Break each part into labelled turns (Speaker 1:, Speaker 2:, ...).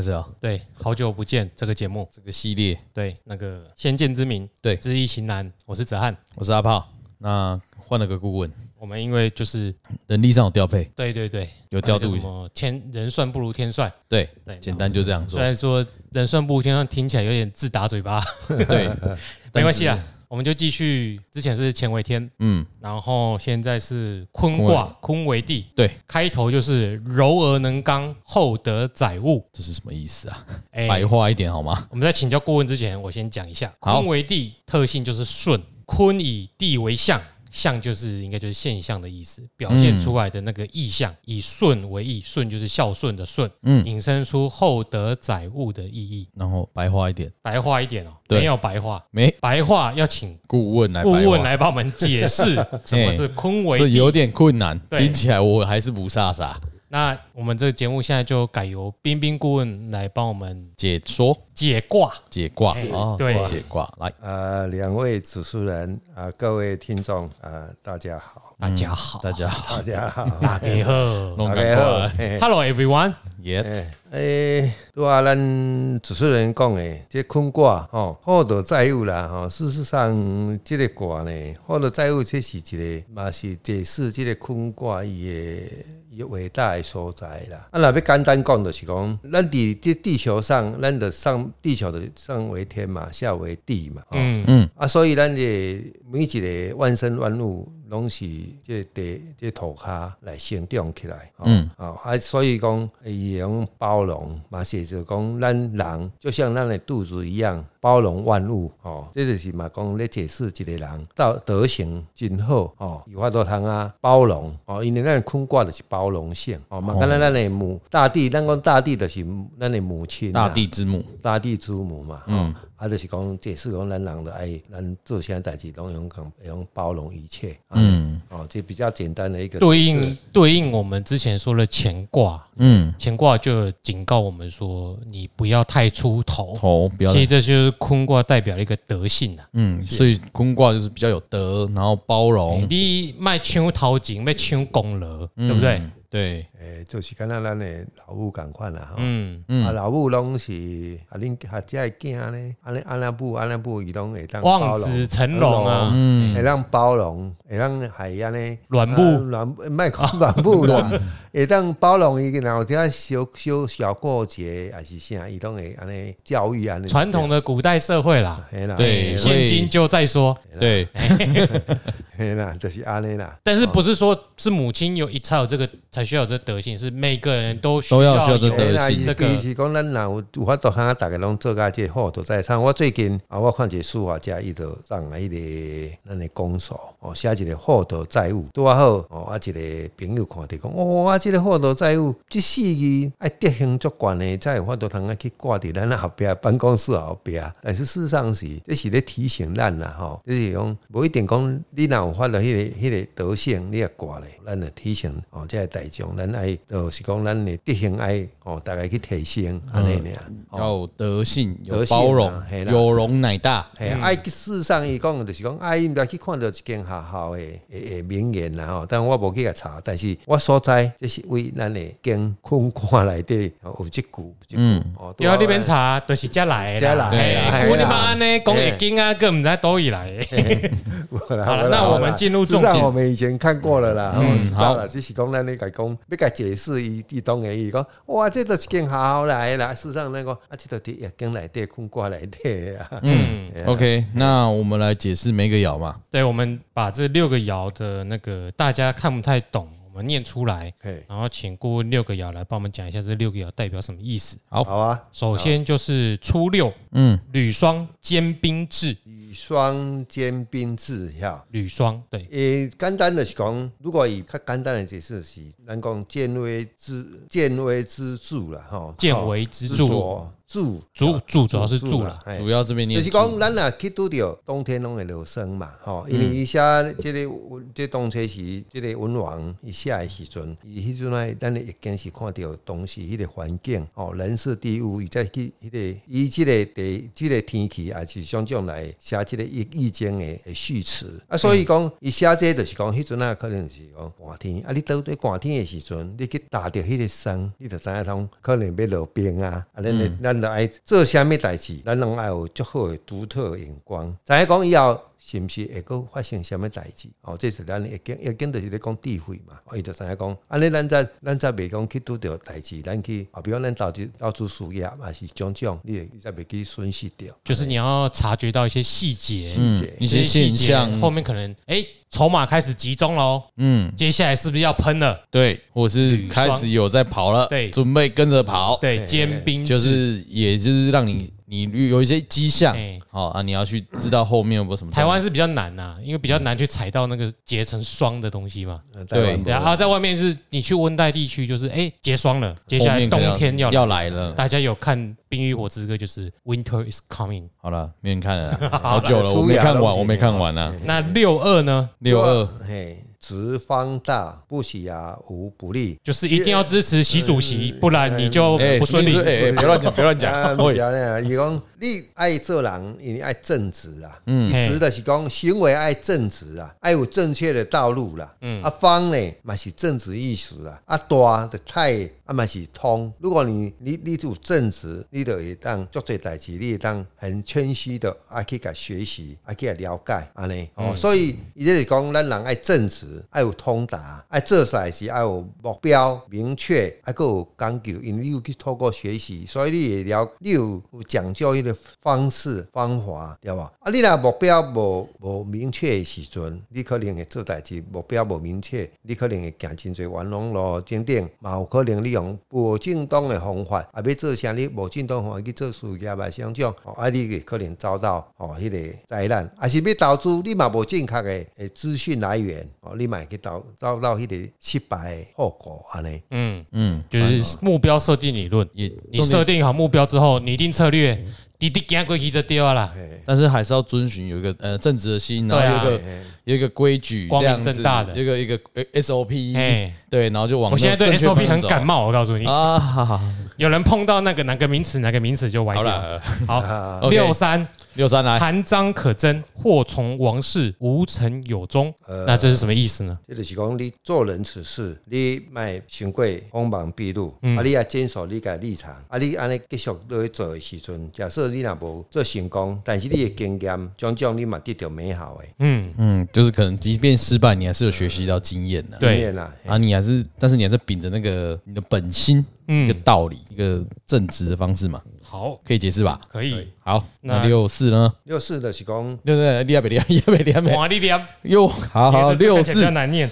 Speaker 1: 子啊，
Speaker 2: 对，好久不见这个节目，
Speaker 1: 这个系列，
Speaker 2: 对，那个先见之明，
Speaker 1: 对
Speaker 2: 知易行难，我是泽汉。
Speaker 1: 我是阿炮。那换了个顾问，
Speaker 2: 我们因为就是
Speaker 1: 人力上有调配，
Speaker 2: 对对对，
Speaker 1: 有调
Speaker 2: 那
Speaker 1: 度
Speaker 2: 个，什么天人算不如天算，
Speaker 1: 对，
Speaker 2: 对，
Speaker 1: 简单就这样
Speaker 2: 虽
Speaker 1: 做。
Speaker 2: 然说人算不如天算听起来有点自打 嘴巴，
Speaker 1: 对，
Speaker 2: 没关系啊，我们就继续。之前是乾为天，
Speaker 1: 嗯，
Speaker 2: 然后现在是坤卦，坤为地。
Speaker 1: 对，
Speaker 2: 开头就是柔而能刚，厚德载物。
Speaker 1: 这是什么意思啊？
Speaker 2: 哎
Speaker 1: 白话一点好吗？
Speaker 2: 我们在请教顾问之前，我先讲一下，
Speaker 1: 好
Speaker 2: 坤为地，特性就是顺，坤以地为象。象就是应该就是现象的意思，表现出来的那个意象，以顺为义，顺就是孝顺的顺，
Speaker 1: 嗯
Speaker 2: 引申出厚德载物的意义。
Speaker 1: 然后白话一点，
Speaker 2: 白话一点哦，
Speaker 1: 对
Speaker 2: 没有白话，
Speaker 1: 没
Speaker 2: 白话要请
Speaker 1: 顾问来白
Speaker 2: 顾
Speaker 1: 话，
Speaker 2: 问来帮我们解释 什么是坤
Speaker 1: 哎
Speaker 2: 为
Speaker 1: 这
Speaker 2: 地。
Speaker 1: 有点困难，
Speaker 2: 对
Speaker 1: 听起来我还是不飒飒。
Speaker 2: 那我们这个节目现在就改由彬彬顾问来帮我们
Speaker 1: 解说
Speaker 2: 解卦。
Speaker 1: 解卦啊，
Speaker 2: 哎对
Speaker 1: 解卦来，
Speaker 3: 呃，两位主持人啊、各位听众啊，大家好，
Speaker 2: 大家好，
Speaker 1: 大家好，
Speaker 3: 大家好，
Speaker 2: 大家好
Speaker 1: 弄
Speaker 3: 大
Speaker 1: 赶
Speaker 3: 家好
Speaker 1: 快，
Speaker 3: 嘿
Speaker 2: ，Hello
Speaker 1: 哦
Speaker 2: everyone。
Speaker 1: 耶，
Speaker 3: 哎，诶，对啊，咱主持人讲诶，这坤卦吼，厚德载物啦吼。事实上，这个卦呢，厚德载物，这是一个嘛是解释这个坤卦伊诶伊伟大诶所在啦。啊，若要简单讲，就是讲，咱伫这地球上，咱的上地球的上为天嘛，下为地嘛。嗯。
Speaker 2: 嗯，
Speaker 3: 啊，所以咱的每一个万生万物，拢是这地这土骹来成长起来。嗯，啊，啊，所以讲伊用包容，嘛是就讲咱人就像咱的肚子一样，包容万物。哦，这就是嘛讲咧解释一个人到德行真好。哦，有法度通啊包容。哦，因为咱的坤卦就是包容性。哦，嘛，敢若咱的母大地，咱讲大地就是咱的母亲、啊
Speaker 1: 大地之母，
Speaker 3: 大地之母嘛，嗯，啊，就是讲，这是讲咱人的爱，咱做啥代志拢用讲用包容一切，嗯，哦，这比较简单的一个
Speaker 2: 对
Speaker 3: 解释
Speaker 2: 应对应我们之前说的乾卦，
Speaker 1: 嗯，
Speaker 2: 乾卦就有警告我们说，你不要太出头。
Speaker 1: 头不要
Speaker 2: 其实这就是坤卦代表了一个德性啊。
Speaker 1: 嗯，所以坤卦就是比较有德，然后包容，
Speaker 2: 你卖抢头前，卖抢功劳，对不对？
Speaker 1: 嗯嗯？对，
Speaker 3: 诶，就是敢若咱的老母共款啦，吼，
Speaker 2: 嗯，
Speaker 3: 啊，老母拢是啊，恁啊，遮的囝呢，安尼安那母安那母伊拢会当包
Speaker 2: 望
Speaker 3: 容
Speaker 2: 子成龙啊，
Speaker 3: 嗯，会当包容，会当系安尼
Speaker 2: 软木
Speaker 3: 啊
Speaker 1: 嗯
Speaker 3: 软卖 讲软木啦，会当包容伊，然后只小小小过节还是啥，伊拢会安尼教育啊安尼
Speaker 2: 传统的古代社会啦，
Speaker 3: 嘿啦，
Speaker 1: 对所以
Speaker 2: 现今就再说。
Speaker 1: 对，
Speaker 3: 嘿啦，就是安尼啦。
Speaker 2: 但是不是说是母亲有一才有这个才需要有这德性，是每个人都需
Speaker 1: 都要
Speaker 2: 要
Speaker 1: 需要这
Speaker 2: 有
Speaker 1: 德
Speaker 3: 嘿
Speaker 1: 性啊
Speaker 3: 啦，伊
Speaker 2: 这个
Speaker 3: 伊是讲咱若有有法度通啊，逐个拢做甲即个好，都在唱。我最近啊，我看一个书法家，伊就上来迄个咱的公所哦，写一个厚德载物，拄啊好哦，啊一个朋友看着讲，哦，啊即个厚德载物，即四字爱德行足悬的，才有法度通啊去挂伫咱后壁办公室后壁。但是事实上是，这是咧提醒咱啦吼，就是讲无一定讲你若有发到迄个迄个德性，你也挂咧，咱就提醒哦，即个大众，咱爱就是讲咱的德行爱哦，大概去提升安尼尔。哦
Speaker 1: 要有德性，有
Speaker 3: 德性啊
Speaker 1: 包容，
Speaker 3: 嘿啦
Speaker 1: 有容乃大，
Speaker 3: 哎，啊，事实上伊讲的就是讲，啊，伊毋知去看到一间学校的诶诶名言啦吼，但我无去甲查，但是我所知这是为咱的经坤卦内底哦有一句，有一句哦，
Speaker 2: 对啊，那边查都是才来的，
Speaker 3: 才来的
Speaker 2: 哎
Speaker 3: 嘿
Speaker 2: 我
Speaker 3: 啦
Speaker 2: 你妈安尼讲会经啊，更唔知都以来的。
Speaker 3: 好啦
Speaker 2: 好啦
Speaker 3: 好啦
Speaker 2: 那
Speaker 3: 好啦
Speaker 2: 我们进入
Speaker 3: 事实
Speaker 2: 重点
Speaker 3: 上我们以前看过了啦，
Speaker 1: 嗯
Speaker 3: 我知道
Speaker 1: 好
Speaker 3: 了，只是讲咱咧甲讲，要甲解释伊伊当然伊讲，哇，这都是间学校来的啦，事实上那个啊，这都伫夜间内底坤卦内底的啊，
Speaker 2: 嗯，
Speaker 1: OK，那我们来解释每个爻嘛。
Speaker 2: 对，我们把这六个爻的那个大家看不太懂，我们念出来，
Speaker 3: 嘿，
Speaker 2: 然后请顾问六个爻来帮我们讲一下这六个爻代表什么意思。
Speaker 1: 好，
Speaker 3: 好啊，
Speaker 2: 首先就是初六，
Speaker 1: 嗯，
Speaker 2: 履霜坚冰至，
Speaker 3: 以双肩并制哈。
Speaker 2: 履霜对，
Speaker 3: 诶，呃简单的是讲，如果以较简单的解释是，咱讲见微知见微知著啦，吼，
Speaker 2: 见微知著
Speaker 3: 哦住
Speaker 2: 住住主要是住啦，
Speaker 3: 嘿
Speaker 1: 主要这边念
Speaker 3: 哎就是
Speaker 1: 住
Speaker 3: 讲，咱若去拄着冬天拢会流霜嘛，吼，因为伊写即个文即当初时，即个文王伊写诶时阵，伊迄阵啊，咱会经是看着当时迄个环境，吼，哦人事地物，伊再去迄个伊即个地即个天气，也是像种来写即个易易经诶诶序词啊，所以讲伊写这就是讲迄阵啊，可能是讲寒天啊，你到对寒天诶时阵，你去打着迄个霜，你就知影讲可能要落冰啊，啊，咱
Speaker 1: 嗯
Speaker 3: 就咱就爱做啥物代志，咱拢爱有足好诶独特诶眼光。知影讲以后是毋是会阁发生啥物代志？哦，这是咱易经，易经就是咧讲智慧嘛。哦，伊就知影讲，安尼咱则咱则袂讲去拄着代志，咱去啊，比如咱投资投资事业啊，是种种，你会你则袂去损失掉。
Speaker 2: 就是你要察觉到一些细节，
Speaker 1: 嗯一些
Speaker 2: 这细
Speaker 1: 现
Speaker 2: 节
Speaker 1: 象，
Speaker 2: 后面可能哎筹码开始集中喽，
Speaker 1: 嗯，
Speaker 2: 接下来是不是要喷了？
Speaker 1: 对，或是
Speaker 2: 雨
Speaker 1: 开
Speaker 2: 霜
Speaker 1: 始有在跑了，
Speaker 2: 对
Speaker 1: 准备跟着跑，
Speaker 2: 对，尖兵制
Speaker 1: 就是也就是让你你有一些迹象
Speaker 2: 哎，
Speaker 1: 好啊，你要去知道后面有没有什么
Speaker 2: 台湾是比较难呐、因为比较
Speaker 1: 嗯
Speaker 2: 难去踩到那个结成霜的东西嘛。
Speaker 3: 呃台湾
Speaker 1: 对
Speaker 2: 对啊，啊在外面是你去温带地区，就是哎、结霜了，接
Speaker 1: 后
Speaker 2: 下来
Speaker 1: 面可能
Speaker 2: 冬天要
Speaker 1: 要来了。
Speaker 2: 大家有看《冰与火之歌》，就是 Winter is coming。
Speaker 1: 好了，没人看了 啦，好久了，我
Speaker 3: 出
Speaker 1: 没
Speaker 3: 牙
Speaker 1: 看
Speaker 3: 都
Speaker 1: 完，
Speaker 3: 没
Speaker 1: 我没
Speaker 3: 看
Speaker 1: 看完啊。
Speaker 2: 那六二呢，
Speaker 3: 啊
Speaker 1: 六二，
Speaker 3: 嘿，直方大，不喜啊，无不利。
Speaker 2: 就是一定要支持习主席，不然你就
Speaker 1: 呃哎，
Speaker 2: 不顺利
Speaker 1: 是。是哎，哎别乱讲，别乱
Speaker 3: 啊，
Speaker 1: 讲。
Speaker 3: 不是
Speaker 1: 喂，
Speaker 3: 安尼啊，伊讲你爱做人，你爱正直啊。
Speaker 1: 嗯
Speaker 3: 嗯，直的是讲行为爱正直啊，爱有正确的道路啦。嗯，啊方呢嘛是正直意识啦，啊大的太啊嘛是通。如果你你你有正直，你就会当做这代志，你会当很谦虚的啊去甲学习，啊去甲了解安尼。哦，所以伊就是讲咱人爱正直，爱有通达，爱做代志爱有目标明确，啊个有讲究，因为你有去透过学习，所以你会了，你有有讲究迄个方式方法，对吧？啊，你若目标无无明确的时阵，你可能会做代志，目标无明确，你可能会行真侪冤枉路，等等，嘛有可能你用无正当的方法，啊，要做啥你无正当方法去做事业啊，像种，哦啊，你会可能遭到哦迄、个灾难，啊，是要投资，你嘛无正确的诶资讯来源，哦，你嘛会去遭遭到迄个失败的后果安尼。
Speaker 2: 嗯，
Speaker 1: 嗯，
Speaker 2: 就是目标设定理论，
Speaker 1: 也
Speaker 2: 你设定好目标之后，拟定策略，
Speaker 1: 嗯
Speaker 2: 滴滴行过去就对了啦。
Speaker 3: 嘿
Speaker 1: 但是还是要遵循有一个呃正直的心，然
Speaker 2: 对啊
Speaker 1: 后有一个、有一个规矩，
Speaker 2: 光
Speaker 1: 这
Speaker 2: 明
Speaker 1: 样子
Speaker 2: 正大的
Speaker 1: 有一个一个呃 SOP，
Speaker 2: 哎，
Speaker 1: 对，然后就往
Speaker 2: 我现在对
Speaker 1: 那个正确
Speaker 2: SOP
Speaker 1: 方
Speaker 2: 很
Speaker 1: 向
Speaker 2: 感冒，我告诉你
Speaker 1: 走，啊，好好
Speaker 2: 有人碰到那个哪个名词哪个名词就歪
Speaker 1: 好
Speaker 2: 掉。
Speaker 1: 了，
Speaker 2: 好，
Speaker 1: OK 哎
Speaker 2: 六三
Speaker 1: 六三来，
Speaker 2: 韩章可贞，祸从王室，无成有终。
Speaker 1: 呃
Speaker 2: 那这是什么意思呢？
Speaker 3: 这就是讲你做人处事，你卖伤过锋芒毕露，
Speaker 2: 嗯
Speaker 3: 啊，你也坚守你家立场，啊，你安尼继续落去做的时阵，假设你若无做成功，但是你的经验种种你嘛得到美好的
Speaker 2: 嗯，
Speaker 1: 嗯，就是可能即便失败，你还是有学习到经验的、
Speaker 2: 对
Speaker 3: 经验啦。嘿
Speaker 1: 啊，你还是，但是你还是秉着那个你的本心，
Speaker 2: 嗯
Speaker 1: 一个道理，一个正直的方式嘛，
Speaker 2: 好，
Speaker 1: 可以解释吧？
Speaker 2: 可以。
Speaker 1: 好，那
Speaker 2: 那
Speaker 1: 六四呢？哎
Speaker 3: 六四就是讲，
Speaker 1: 对对，利亚北利亚，利亚北利亚北，
Speaker 2: 哇，你俩，
Speaker 1: 又好好
Speaker 2: 好，
Speaker 1: 六四
Speaker 2: 比，较难念。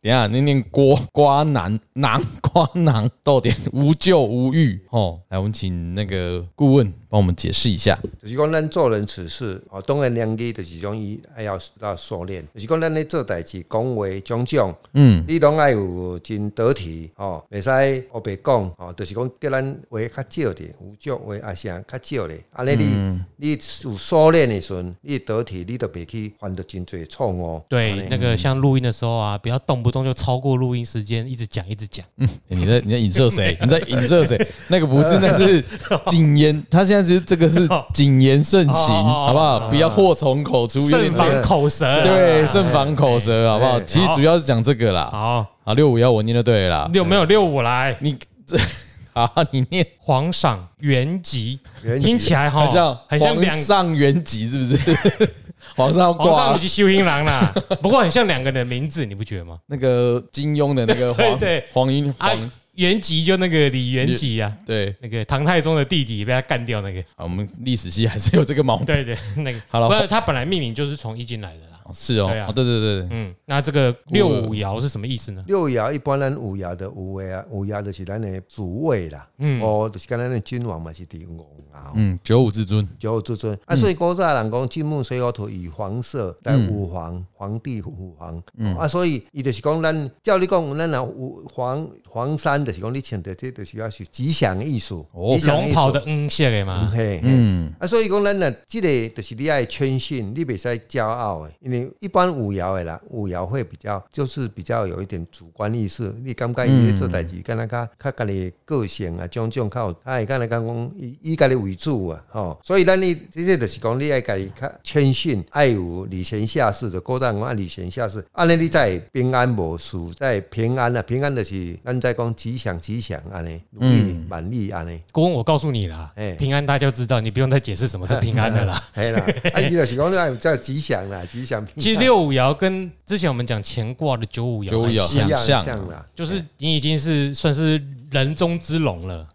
Speaker 1: 等一下，念念郭瓜男囊瓜囊逗点无咎无欲哦。来，我们请那个顾问帮我们解释一下。
Speaker 3: 就是讲咱做人处事，哦，当然良机就是讲伊爱要要熟练，就是讲咱咧做代志讲话种种，
Speaker 1: 嗯，
Speaker 3: 你拢爱有真得体哦，袂使黑白讲哦，就是讲叫咱话较少点，有种话啊啥较少咧。安尼你、
Speaker 2: 嗯
Speaker 3: 你有熟练的时阵，你得体，你就袂去犯到真哦侪错误。
Speaker 2: 对，那个像录音的时候啊，不要动不动就超过录音时间，一直讲一直讲。
Speaker 1: 嗯欸你在你在影射 谁？你在影射谁？那个不是，那是谨言。他现在是这个是谨言慎行，
Speaker 2: 哦
Speaker 1: 好不好？不要祸从口出，有
Speaker 2: 慎
Speaker 1: 点
Speaker 2: 防口 舌。啊
Speaker 1: 对，慎防口舌，好不好？
Speaker 3: 哎
Speaker 1: 其实主要是讲这个啦。
Speaker 2: 好，
Speaker 1: 啊，六五幺我念的对了啦，
Speaker 2: 六没有六五来，
Speaker 1: 你这 好，你念
Speaker 2: 皇上原籍，
Speaker 3: 原籍
Speaker 2: 听起来
Speaker 1: 好
Speaker 2: 哈，
Speaker 1: 像
Speaker 2: 哦很像
Speaker 1: 皇
Speaker 2: 两
Speaker 1: 上原籍是不是？ 皇上要
Speaker 2: 皇
Speaker 1: 挂
Speaker 2: 上
Speaker 1: 了
Speaker 2: 不。是修音 郎啦，不过很像两个人的名字，你不觉得吗？
Speaker 1: 那个金庸的那个黄
Speaker 2: 对对
Speaker 1: 黄英
Speaker 2: 啊
Speaker 1: 黄，
Speaker 2: 原籍就那个李元吉啊，
Speaker 1: 对，
Speaker 2: 那个唐太宗的弟弟被他干掉那个。
Speaker 1: 啊我们历史系还是有这个毛病。
Speaker 2: 对对，那个
Speaker 1: 好了
Speaker 2: 不是他本来命名就是从易经来的啦。
Speaker 1: 是哦
Speaker 2: 对，啊
Speaker 1: 哦对对对对，
Speaker 2: 嗯，那这个六五爻是什么意思呢？
Speaker 3: 六爻一般咱五爻的五位啊，五爻就是咱的主位啦，
Speaker 2: 嗯
Speaker 3: 五就是跟咱的君王嘛是第五爻。
Speaker 1: 嗯，九五至尊，
Speaker 3: 九至尊啊，所以古早人讲金木水火土以黄色来五黄，皇帝五黄、
Speaker 2: 嗯
Speaker 3: 啊，所以伊就是讲咱照你讲，咱若有黄黄衫，就是讲你穿的这就是要是吉祥艺术，
Speaker 1: 哦
Speaker 3: 吉祥
Speaker 2: 龙
Speaker 3: 艺
Speaker 2: 袍
Speaker 3: 术
Speaker 2: 的嗯谢给
Speaker 3: 嗯
Speaker 2: 吗？
Speaker 3: 嘿，
Speaker 1: 嗯，
Speaker 3: 啊，所以讲咱若即个就是你爱谦逊，你袂使骄傲的，因为一般五爻的啦，五爻会比较就是比较有一点主观意识，你感觉伊咧做代志，敢若较较家己的个性啊，种种较有，啊，会敢若讲讲以以家己为主啊，吼、所以咱你即个就是讲你爱家己较谦逊，爱有礼贤下士的，古代讲啊礼贤下士，安尼你才会平安无事，才会平安啊，平安就是咱在讲吉祥吉祥安尼，如意满意安尼。
Speaker 2: 国文我告诉你啦
Speaker 3: 哎，
Speaker 2: 平安大家就知道，你不用再解释什么 是平安的啦。
Speaker 3: 系啦，啊，伊就是讲那叫吉祥啦，吉祥平安。
Speaker 2: 其实六五爻跟之前我们讲乾卦的九五
Speaker 1: 九五
Speaker 2: 爻很
Speaker 1: 爻
Speaker 2: 像
Speaker 3: 一，样
Speaker 1: 像
Speaker 3: 像啦，
Speaker 2: 就是你已经是算是人中之龙了，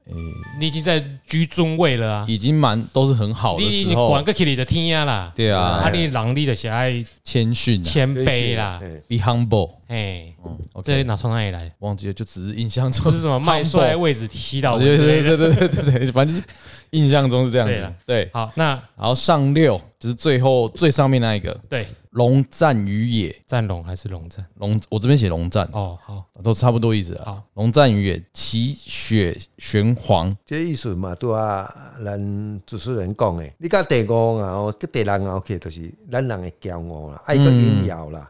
Speaker 2: 你已经在居尊位了啊。
Speaker 1: 已经蛮都是很好的
Speaker 2: 你你
Speaker 1: 时
Speaker 2: 管
Speaker 1: 候，
Speaker 2: 个起你的天呀啦，
Speaker 1: 对啊
Speaker 2: 啊，你狼力的是爱
Speaker 1: 谦逊啊
Speaker 2: 谦
Speaker 3: 真是
Speaker 2: 卑啦，
Speaker 3: 嘿
Speaker 1: ，be humble，
Speaker 2: 哎，
Speaker 1: 嗯
Speaker 2: 这
Speaker 1: ，OK，
Speaker 2: 哪从哪里来？
Speaker 1: 忘记了，就只是印象中
Speaker 2: 不是什么麦帅
Speaker 1: humble
Speaker 2: 位置踢到我
Speaker 1: 对
Speaker 2: 之类
Speaker 1: 对
Speaker 2: 的。
Speaker 1: 对对对对对，反正就是印象中是这样
Speaker 2: 对
Speaker 1: 子
Speaker 2: 啦。
Speaker 1: 对，
Speaker 2: 好，那
Speaker 1: 然后上六就是最后最上面那一个，
Speaker 2: 对
Speaker 1: 龙战于野，
Speaker 2: 战龙还是龙战？
Speaker 1: 龙我这边写龙战，
Speaker 2: 哦，好，
Speaker 1: 都差不多意思啊
Speaker 2: 好。
Speaker 1: 龙战于野，其血玄黄，
Speaker 3: 这意思嘛，对啊，咱主持人讲的，你讲第五爻、跟第六爻去，就是咱人的骄傲
Speaker 1: 嗯
Speaker 3: 啦，爱个引爻啦，啊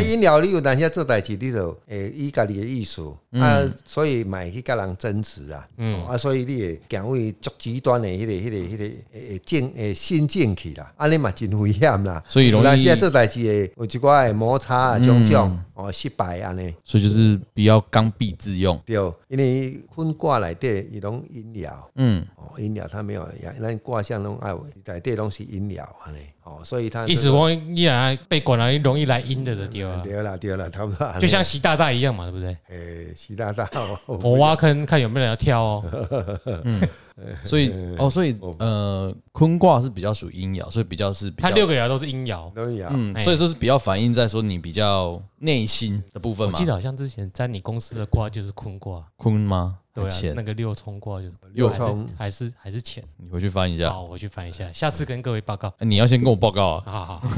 Speaker 3: 引爻你有当时做代志，你就会以家己的意思
Speaker 1: 嗯
Speaker 3: 啊，所以嘛会去甲人争执啊，啊，所以你会行为足极端的迄个、迄个、迄个诶境诶心境去啦，安尼嘛真危险啦，
Speaker 1: 所以容易嗯
Speaker 3: 有当时啊做代志的有一寡的摩擦啊、种种哦失败安尼。
Speaker 1: 所以就是比较刚愎自用。
Speaker 3: 对，因为分卦内底伊拢阴爻，
Speaker 1: 嗯，
Speaker 3: 哦，阴爻它没有阳，咱卦象拢爱有内底拢是阴爻安尼，哦，所以它
Speaker 2: 意思我你啊被管了，你容易来阴的的丢啊，
Speaker 3: 对啦对啦，差不 多安尼，
Speaker 2: 就像习大大一样嘛，对不对？
Speaker 3: 诶，习大大
Speaker 1: 嗯
Speaker 3: 哦，
Speaker 2: 我挖坑看有没有人要跳哦。
Speaker 1: 所以哦，所以呃，坤卦是比较属阴爻，所以比较是比
Speaker 2: 它
Speaker 1: 较
Speaker 2: 六个爻都是阴爻，
Speaker 3: 都爻，
Speaker 1: 嗯，
Speaker 2: 哎
Speaker 1: 所以说是比较反映在说你比较内心的部分
Speaker 2: 我
Speaker 1: 嘛
Speaker 2: 记。得好像之前占你公司的卦就是坤卦，
Speaker 1: 坤吗？
Speaker 2: 对啊，
Speaker 1: 钱
Speaker 2: 那，个六冲卦就是
Speaker 3: 六
Speaker 2: 还是
Speaker 3: 冲
Speaker 2: 还是还是钱。
Speaker 1: 你回去翻一下。
Speaker 2: 好，我去翻一下，下次跟各位报告。
Speaker 1: 哎你要先跟我报告啊。
Speaker 2: 好好，好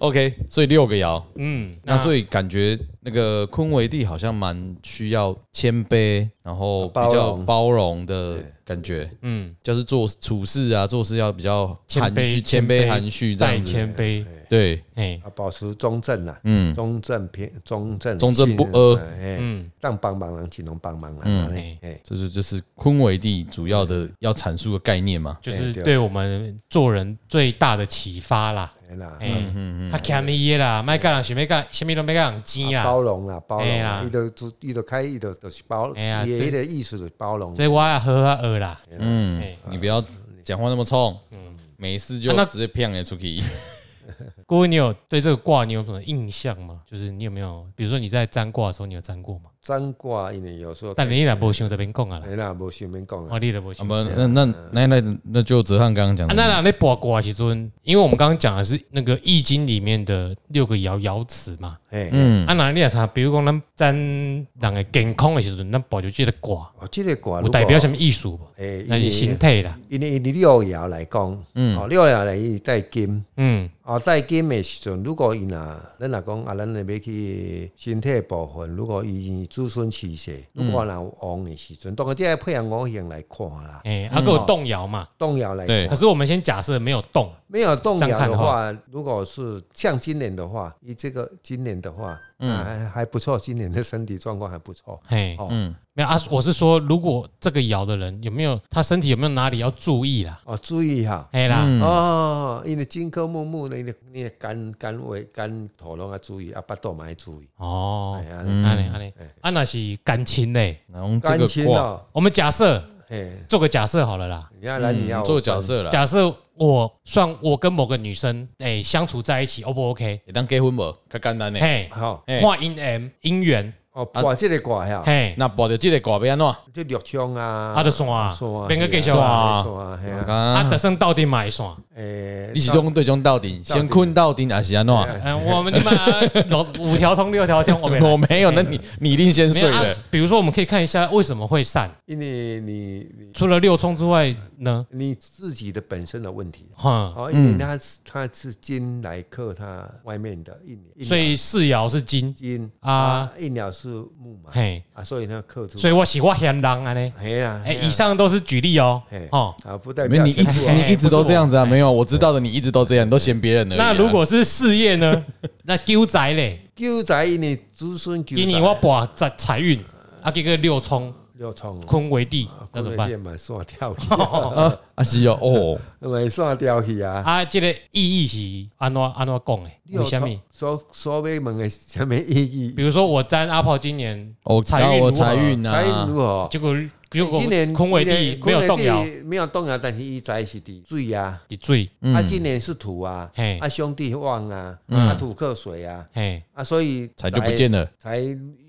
Speaker 1: OK，所以六个爻，
Speaker 2: 嗯，
Speaker 1: 那所以感觉那个坤为帝好像蛮需要谦卑，然后比
Speaker 3: 包
Speaker 1: 较
Speaker 3: 容
Speaker 1: 包容的感觉，
Speaker 2: 嗯，
Speaker 1: 就是做处事啊，做事要比较
Speaker 2: 谦
Speaker 1: 含蓄、
Speaker 2: 卑
Speaker 1: 谦卑、含蓄这
Speaker 2: 再
Speaker 1: 样子。
Speaker 2: 谦卑，
Speaker 1: 对，
Speaker 2: 哎，
Speaker 3: 啊，保持中正啦，
Speaker 1: 嗯，
Speaker 3: 中正偏中正，
Speaker 1: 中正不嗯阿
Speaker 3: 信任，诶，
Speaker 2: 嗯，
Speaker 3: 当帮忙人，尽量帮忙人安尼，诶，
Speaker 1: 这是就是坤为帝主要的要阐述的概念嘛。
Speaker 2: 就是
Speaker 3: 对
Speaker 2: 对我们做人最大的启发啦。
Speaker 3: 嘿啦，
Speaker 2: 哎，他欠你的啦，卖干人想要干，什么都没干人钱
Speaker 3: 啊
Speaker 2: 啦。
Speaker 3: 包容啦，包容
Speaker 2: 嘿
Speaker 3: 啦，
Speaker 2: 啦
Speaker 3: 伊都伊都开，伊都就是包，伊
Speaker 2: 哎呀
Speaker 3: 的
Speaker 2: 这
Speaker 3: 迄个意思就是包容，
Speaker 2: 所以我也喝啊喝啦。
Speaker 1: 嗯
Speaker 2: 哎，
Speaker 1: 你不要讲话那么冲，没事就
Speaker 2: 啊那
Speaker 1: 直接骗人出 去。啊
Speaker 2: 各位，你有对这个卦你有什么印象吗？就是你有没有，比如说你在占卦的时候，你有占过吗？
Speaker 3: 占卦因为有时候，
Speaker 2: 但你也无想这边讲啊啦，哦
Speaker 3: 哎啦，无想免讲啦
Speaker 2: 我，你也无
Speaker 1: 啊
Speaker 2: 想。
Speaker 1: 不，那那那那那就哲汉刚刚讲
Speaker 2: 啊，
Speaker 1: 的，
Speaker 2: 那那那八卦其中，因为我们刚刚讲的是那个《易经》里面的六个爻爻辞嘛。
Speaker 3: 哎。
Speaker 1: 嗯，
Speaker 2: 啊，那你也查，比如讲咱占人的健康的时阵，咱保留这个卦，
Speaker 3: 哦，这个卦
Speaker 2: 有代表什么意思不？
Speaker 3: 诶，因
Speaker 2: 那是
Speaker 3: 为
Speaker 2: 形态啦。
Speaker 3: 因为你六爻来讲，嗯，哦，六爻来伊带金，
Speaker 2: 嗯，
Speaker 3: 哦，带金的时阵，如果伊若咱若讲啊，咱若要去身体的部分，如果伊子孙起势，
Speaker 2: 嗯
Speaker 3: 如果若有旺的时阵，当然这要配合五行来看啦。
Speaker 2: 哎，啊，还有动摇嘛。
Speaker 3: 动爻来
Speaker 1: 对
Speaker 2: 可
Speaker 3: 看，
Speaker 2: 是我们先假设没有动，
Speaker 3: 没有动
Speaker 2: 这样
Speaker 3: 摇
Speaker 2: 看
Speaker 3: 的
Speaker 2: 的
Speaker 3: 话，如果是像今年的话，以这个今年的话，嗯，还还不错，今年的身体状况还不错。
Speaker 2: 嘿，
Speaker 3: 哦
Speaker 2: 没有啊，我是说，如果这个爻的人有没有他身体有没有哪里要注意啦？
Speaker 3: 哦，注意哈，
Speaker 2: 哎啦，
Speaker 3: 哦，因为金科木木的，你的你的肝肝胃肝头拢要注意，啊，巴肚嘛要注意。
Speaker 2: 哦
Speaker 3: 哎，呀，
Speaker 2: 安尼安尼，啊那是感情嘞。
Speaker 1: 然后这
Speaker 3: 感
Speaker 1: 个
Speaker 3: 情
Speaker 1: 卦
Speaker 3: 哦，
Speaker 2: 我们假设
Speaker 3: 嘿，
Speaker 2: 做个假设好了啦，
Speaker 3: 你看哦来你要
Speaker 2: 嗯
Speaker 1: 做角，色
Speaker 3: 啊
Speaker 1: 了，
Speaker 2: 假设我算我跟某个女生哎相处在一起，O 不 OK？
Speaker 1: 也当结婚不？较简单呢。
Speaker 2: 嘿，
Speaker 3: 好
Speaker 1: 嘿
Speaker 2: 画姻缘姻缘，
Speaker 3: 哦，挂这个挂呀，
Speaker 2: 啊嘿，
Speaker 1: 那报着这个卦要安怎？
Speaker 3: 这绿枪啊，
Speaker 2: 啊就线啊
Speaker 3: 线啊，
Speaker 2: 免去
Speaker 3: 嘿啊
Speaker 2: 继续啊
Speaker 3: 线啊，嘿啊，
Speaker 2: 啊
Speaker 1: 啊
Speaker 2: 得，算到底买算，
Speaker 3: 诶，
Speaker 1: 你是中对中到底，先困到底还是安怎？
Speaker 2: 嗯，我们你妈 老五条通六条通，我没来
Speaker 1: 我没有，那你你一定先
Speaker 2: 没
Speaker 1: 睡
Speaker 2: 有啊
Speaker 1: 了。
Speaker 2: 比如说，我们可以看一下为什么会散，
Speaker 3: 因为你你
Speaker 2: 除了六冲之外呢？
Speaker 3: 你自己的本身的问题。
Speaker 2: 哈，
Speaker 3: 哦，因为它是它是金来克它外面的一年，
Speaker 2: 所以四爻是金，
Speaker 3: 金
Speaker 2: 啊
Speaker 3: 啊，一鸟是木嘛，
Speaker 2: 嘿，
Speaker 3: 啊，所以它克出，
Speaker 2: 所以我喜欢嫌狼啊呢。
Speaker 3: 哎呀，
Speaker 2: 哎，
Speaker 3: 嘿呀
Speaker 2: 以上都是举例哦
Speaker 3: 嘿，
Speaker 2: 哦。
Speaker 3: 啊，不代
Speaker 1: 没
Speaker 3: 表
Speaker 1: 有，你一
Speaker 3: 全
Speaker 1: 直
Speaker 3: 部
Speaker 2: 哎
Speaker 3: 啊
Speaker 1: 你一直都这样子啊？
Speaker 2: 不是我
Speaker 1: 没有，我知道的，你一直都这样，你都嫌别人而已啊。
Speaker 2: 那如果是事业呢？那丢宅嘞，
Speaker 3: 救灾一年子孙救
Speaker 2: 今年我把财财运啊，这个六冲
Speaker 3: 要冲哦，
Speaker 2: 坤为地，那怎么办
Speaker 3: 店买算掉 去，
Speaker 1: 啊啊是哦哦，
Speaker 3: 买算掉去啊。
Speaker 2: 啊？这个意义是安怎安怎讲诶？ 为什么？
Speaker 3: 所所要问的什么意义？
Speaker 2: 比如说我占阿炮今年
Speaker 1: 我
Speaker 2: 财
Speaker 1: 哦
Speaker 2: 运
Speaker 1: 我
Speaker 2: 如何
Speaker 1: 财运
Speaker 3: 财运如
Speaker 1: 啊，
Speaker 3: 何？
Speaker 2: 结果结果
Speaker 3: 今年
Speaker 2: 坤为地没有动，摇
Speaker 3: 今，年坤为地没有动摇，但是一财是地水啊，
Speaker 2: 你水
Speaker 1: 嗯嗯
Speaker 3: 啊，今年是土啊
Speaker 2: 嘿，
Speaker 3: 啊兄弟旺啊，啊土克水啊，
Speaker 2: 嘿，
Speaker 3: 啊所以
Speaker 1: 财就不见了。
Speaker 3: 才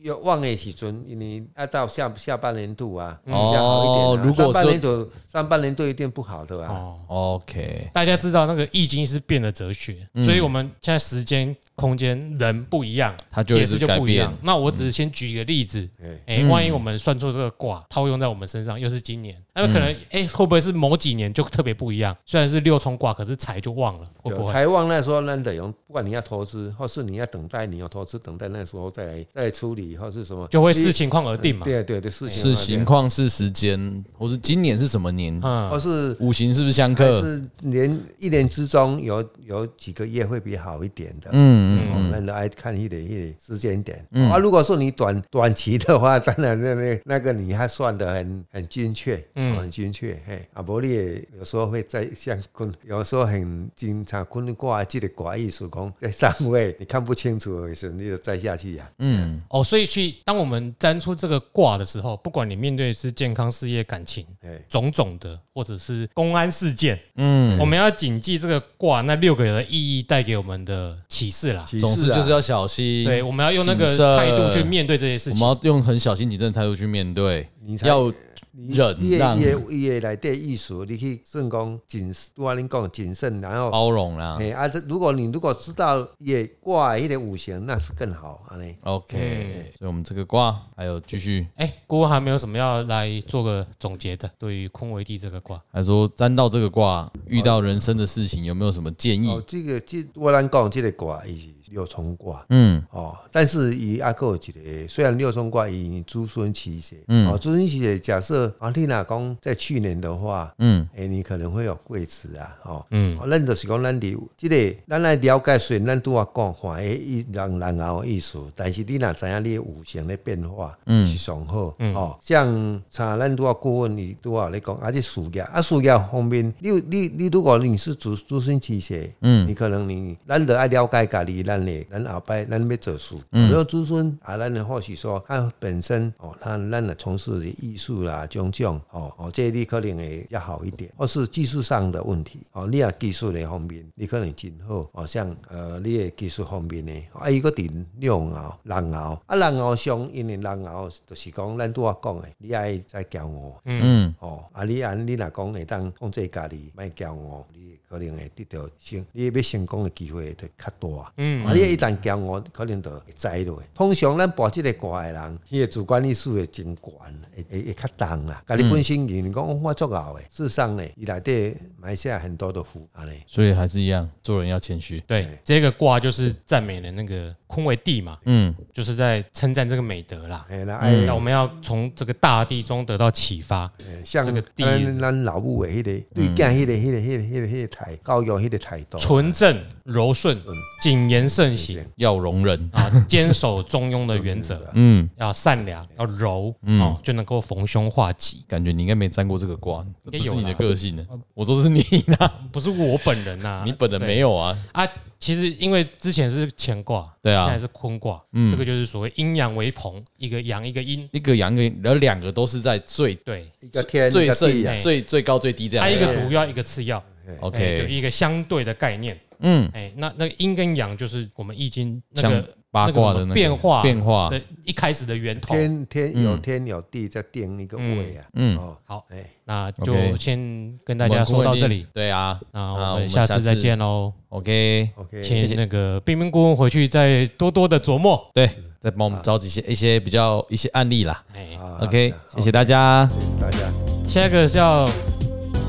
Speaker 3: 要旺的时阵，因为啊到下下半年度啊，比较好一
Speaker 1: 哦
Speaker 3: 点、啊。
Speaker 1: 如果
Speaker 3: 上半
Speaker 1: 说
Speaker 3: 年度上半年度一定不好的啊，
Speaker 2: 哦。
Speaker 1: OK，
Speaker 2: 大家知道那个易经是变了哲学，
Speaker 1: 嗯
Speaker 2: 所以我们现在时间、空间、人不一样，
Speaker 1: 它就
Speaker 2: 解
Speaker 1: 一
Speaker 2: 释
Speaker 1: 直
Speaker 2: 就
Speaker 1: 改
Speaker 2: 不一样
Speaker 1: 变。嗯
Speaker 2: 那我只是先举一个例子，
Speaker 3: 哎
Speaker 2: 哎、万一我们算错这个卦，套用在我们身上，又是今年，那么可能
Speaker 1: 嗯
Speaker 2: 哎、会不会是某几年就特别不一样？虽然是六冲卦，可是财就旺了，会
Speaker 3: 有
Speaker 2: 不会？
Speaker 3: 啊财旺那时候那得用，不管你要投资，或是你要等待，你要投资等待那时候再来再来处理，或是什么
Speaker 2: 就会视情况而定嘛。
Speaker 3: 对啊对对事情
Speaker 1: 是
Speaker 3: 嘛
Speaker 1: 情，啊况是时间，或是今年是什么年？
Speaker 3: 对
Speaker 2: 嗯
Speaker 3: 或是
Speaker 1: 五行是不是相
Speaker 3: 还
Speaker 1: 克？
Speaker 3: 是年一年之中有有几个月会比好一点的。
Speaker 1: 嗯嗯
Speaker 3: 哦，那你爱看一点一点时间点、啊。如果说你短短期的话，当然那那那个你还算得很很精确，嗯，很精确。嘿，啊，不，你也有时候会在像坤，有时候很经常坤卦这个卦意思讲在上位，你看不清楚的时候，你就再下去呀、啊
Speaker 1: 嗯，
Speaker 2: 哦，所以去当我们占出这个卦的时候，不管你面对的是健康、事业、感情
Speaker 3: 哎，
Speaker 2: 种种的，或者是公安事件，
Speaker 1: 嗯，
Speaker 2: 我们要谨记这个卦那六个的意义带给我们的启示啦。
Speaker 3: 其实、啊、
Speaker 1: 总之就是要小心。
Speaker 2: 对，我们要用那个
Speaker 1: 谨慎
Speaker 2: 态度去面对这些事
Speaker 1: 我
Speaker 2: 情
Speaker 1: 们。要用很小心谨慎的态度去面对
Speaker 3: 你，才
Speaker 1: 要
Speaker 3: 你
Speaker 1: 忍
Speaker 3: 你的
Speaker 1: 让
Speaker 3: 你的你的内底意思，你去算讲谨，我跟你讲谨慎，然后。
Speaker 1: 包容啦。
Speaker 3: 哎、啊，这如果你如果知道也卦一点五行，那是更好啊嘞。
Speaker 1: OK，所以我们这个卦还有继续，
Speaker 2: 哎，姑姑还没有什么要来做个总结的，对于坤为地这个卦，
Speaker 1: 还说占到这个卦，遇到人生的事情有没有什么建议
Speaker 3: 哦，？这个这我咱讲这个卦伊是六冲卦
Speaker 1: 嗯
Speaker 3: 哦，但是伊阿有一个虽然六冲卦伊子孙奇邪，
Speaker 1: 嗯
Speaker 3: 哦，子孙奇邪假设啊，你若讲在去年的话。
Speaker 1: 嗯
Speaker 3: 诶、你可能会有贵子啊，哦，
Speaker 2: 嗯
Speaker 3: 嗯，咱就是讲咱的这个，咱来了解虽然咱拄啊讲看诶，伊人人后的意思，但是你若知影你的五行的变化，嗯，是上好，哦，像像咱拄啊顾问伊拄啊咧讲，啊，这事业啊，事业方面，你有你你如果你是主主身奇邪，嗯，你可能你咱得爱了解家己，咱的咱后摆咱要做事，嗯，然后子孙啊，咱的或许说他本身哦，他咱的从事的艺术啦、种种哦哦，这你可能会要好一点，或是技术上的问题哦，你啊技术的方面，你可能真好哦，像呃你的技术方面呢，啊伊个伫六爻、人爻啊人爻上，因为人爻就是讲咱拄啊讲的，你爱再骄傲。
Speaker 1: 嗯
Speaker 3: 哦，啊你安你若讲会当控制家己，莫骄傲，你可能会得到成，你要成功的机会就较大。嗯，啊你一旦骄傲，可能就会栽落。通常咱博即个卦的人，伊的主观意识会真悬，会会会较重啦。家己本身人讲、哦我足敖的，事实上呢，伊内底埋下很多的伏安尼。
Speaker 1: 所以还是一样，做人要谦虚。
Speaker 2: 对，这个卦就是赞美了那个坤为地嘛，
Speaker 1: 嗯，
Speaker 2: 就是在称赞这个美德啦。
Speaker 3: 哎，那
Speaker 2: 哎，
Speaker 3: 哎
Speaker 2: 那，我们要从这个大地中得到启发。
Speaker 3: 哎像
Speaker 2: 这个地嗯
Speaker 3: 咱咱老母的迄、个对囝迄、个迄、个迄、个迄、个迄、个态教育迄个态度，
Speaker 2: 纯正、柔顺、谨言慎行
Speaker 1: 要容忍。
Speaker 2: 啊，坚守中庸的原 则，
Speaker 1: 嗯，
Speaker 2: 要善良，要柔，哦，就能够逢凶化吉。
Speaker 1: 感觉你应该没沾过这个卦，这
Speaker 2: 应该
Speaker 1: 不
Speaker 2: 有
Speaker 1: 是
Speaker 2: 啦哦
Speaker 1: 你的个性呢。我说是你啦，
Speaker 2: 不是我本人呐、
Speaker 1: 你本人
Speaker 2: 啊对
Speaker 1: 没有啊。
Speaker 2: 啊。其实因为之前是乾卦，
Speaker 1: 对啊嗯
Speaker 2: 现在是坤卦，这个就是所谓阴阳为朋，一个阳一个阴，
Speaker 1: 一个阳一个，然后两个都是在最
Speaker 2: 对，
Speaker 3: 一个天一
Speaker 1: 最
Speaker 3: 个
Speaker 1: 盛
Speaker 3: 地啊
Speaker 2: 哎，
Speaker 1: 最最高最低这样
Speaker 2: 它。一个
Speaker 3: 对
Speaker 2: 主要一个次要。哎就
Speaker 1: OK，
Speaker 2: 一个相对的概念。
Speaker 1: 嗯，
Speaker 2: 哎，那那个阴跟阳就是我们易经那
Speaker 1: 相
Speaker 2: 个
Speaker 1: 八
Speaker 2: 那个什
Speaker 1: 卦的
Speaker 2: 么
Speaker 1: 那个
Speaker 2: 变化
Speaker 1: 变化，
Speaker 2: 的一开始的源头。
Speaker 3: 天天有天有地，再定一个位啊。
Speaker 1: 嗯
Speaker 3: 哦，
Speaker 2: 好，
Speaker 3: 哎，
Speaker 2: 那就
Speaker 1: OK
Speaker 2: 先跟大家说到这里，
Speaker 1: 对啊，
Speaker 2: 那
Speaker 1: 啊
Speaker 2: 我
Speaker 1: 我
Speaker 2: 们
Speaker 1: 们
Speaker 2: 下
Speaker 1: 下
Speaker 2: 次再
Speaker 1: 次
Speaker 2: 见喽。
Speaker 1: ，OK，
Speaker 3: OK，
Speaker 2: 请那个冰冰顾问回去再多多的琢磨。
Speaker 1: 对，再帮我们召集一些一些比较一些案例啦。
Speaker 2: 哎，
Speaker 3: 好
Speaker 1: OK，
Speaker 3: 好
Speaker 1: 谢谢大家，
Speaker 3: 大家。
Speaker 2: 下一个叫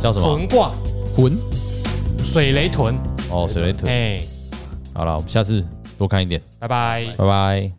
Speaker 1: 叫什么？
Speaker 2: 臀卦
Speaker 1: 魂
Speaker 2: 水雷臀，
Speaker 1: 哦，水雷腿。
Speaker 2: 哎，
Speaker 1: 好了，我们下次多看一点，
Speaker 2: 拜拜。
Speaker 1: 拜拜。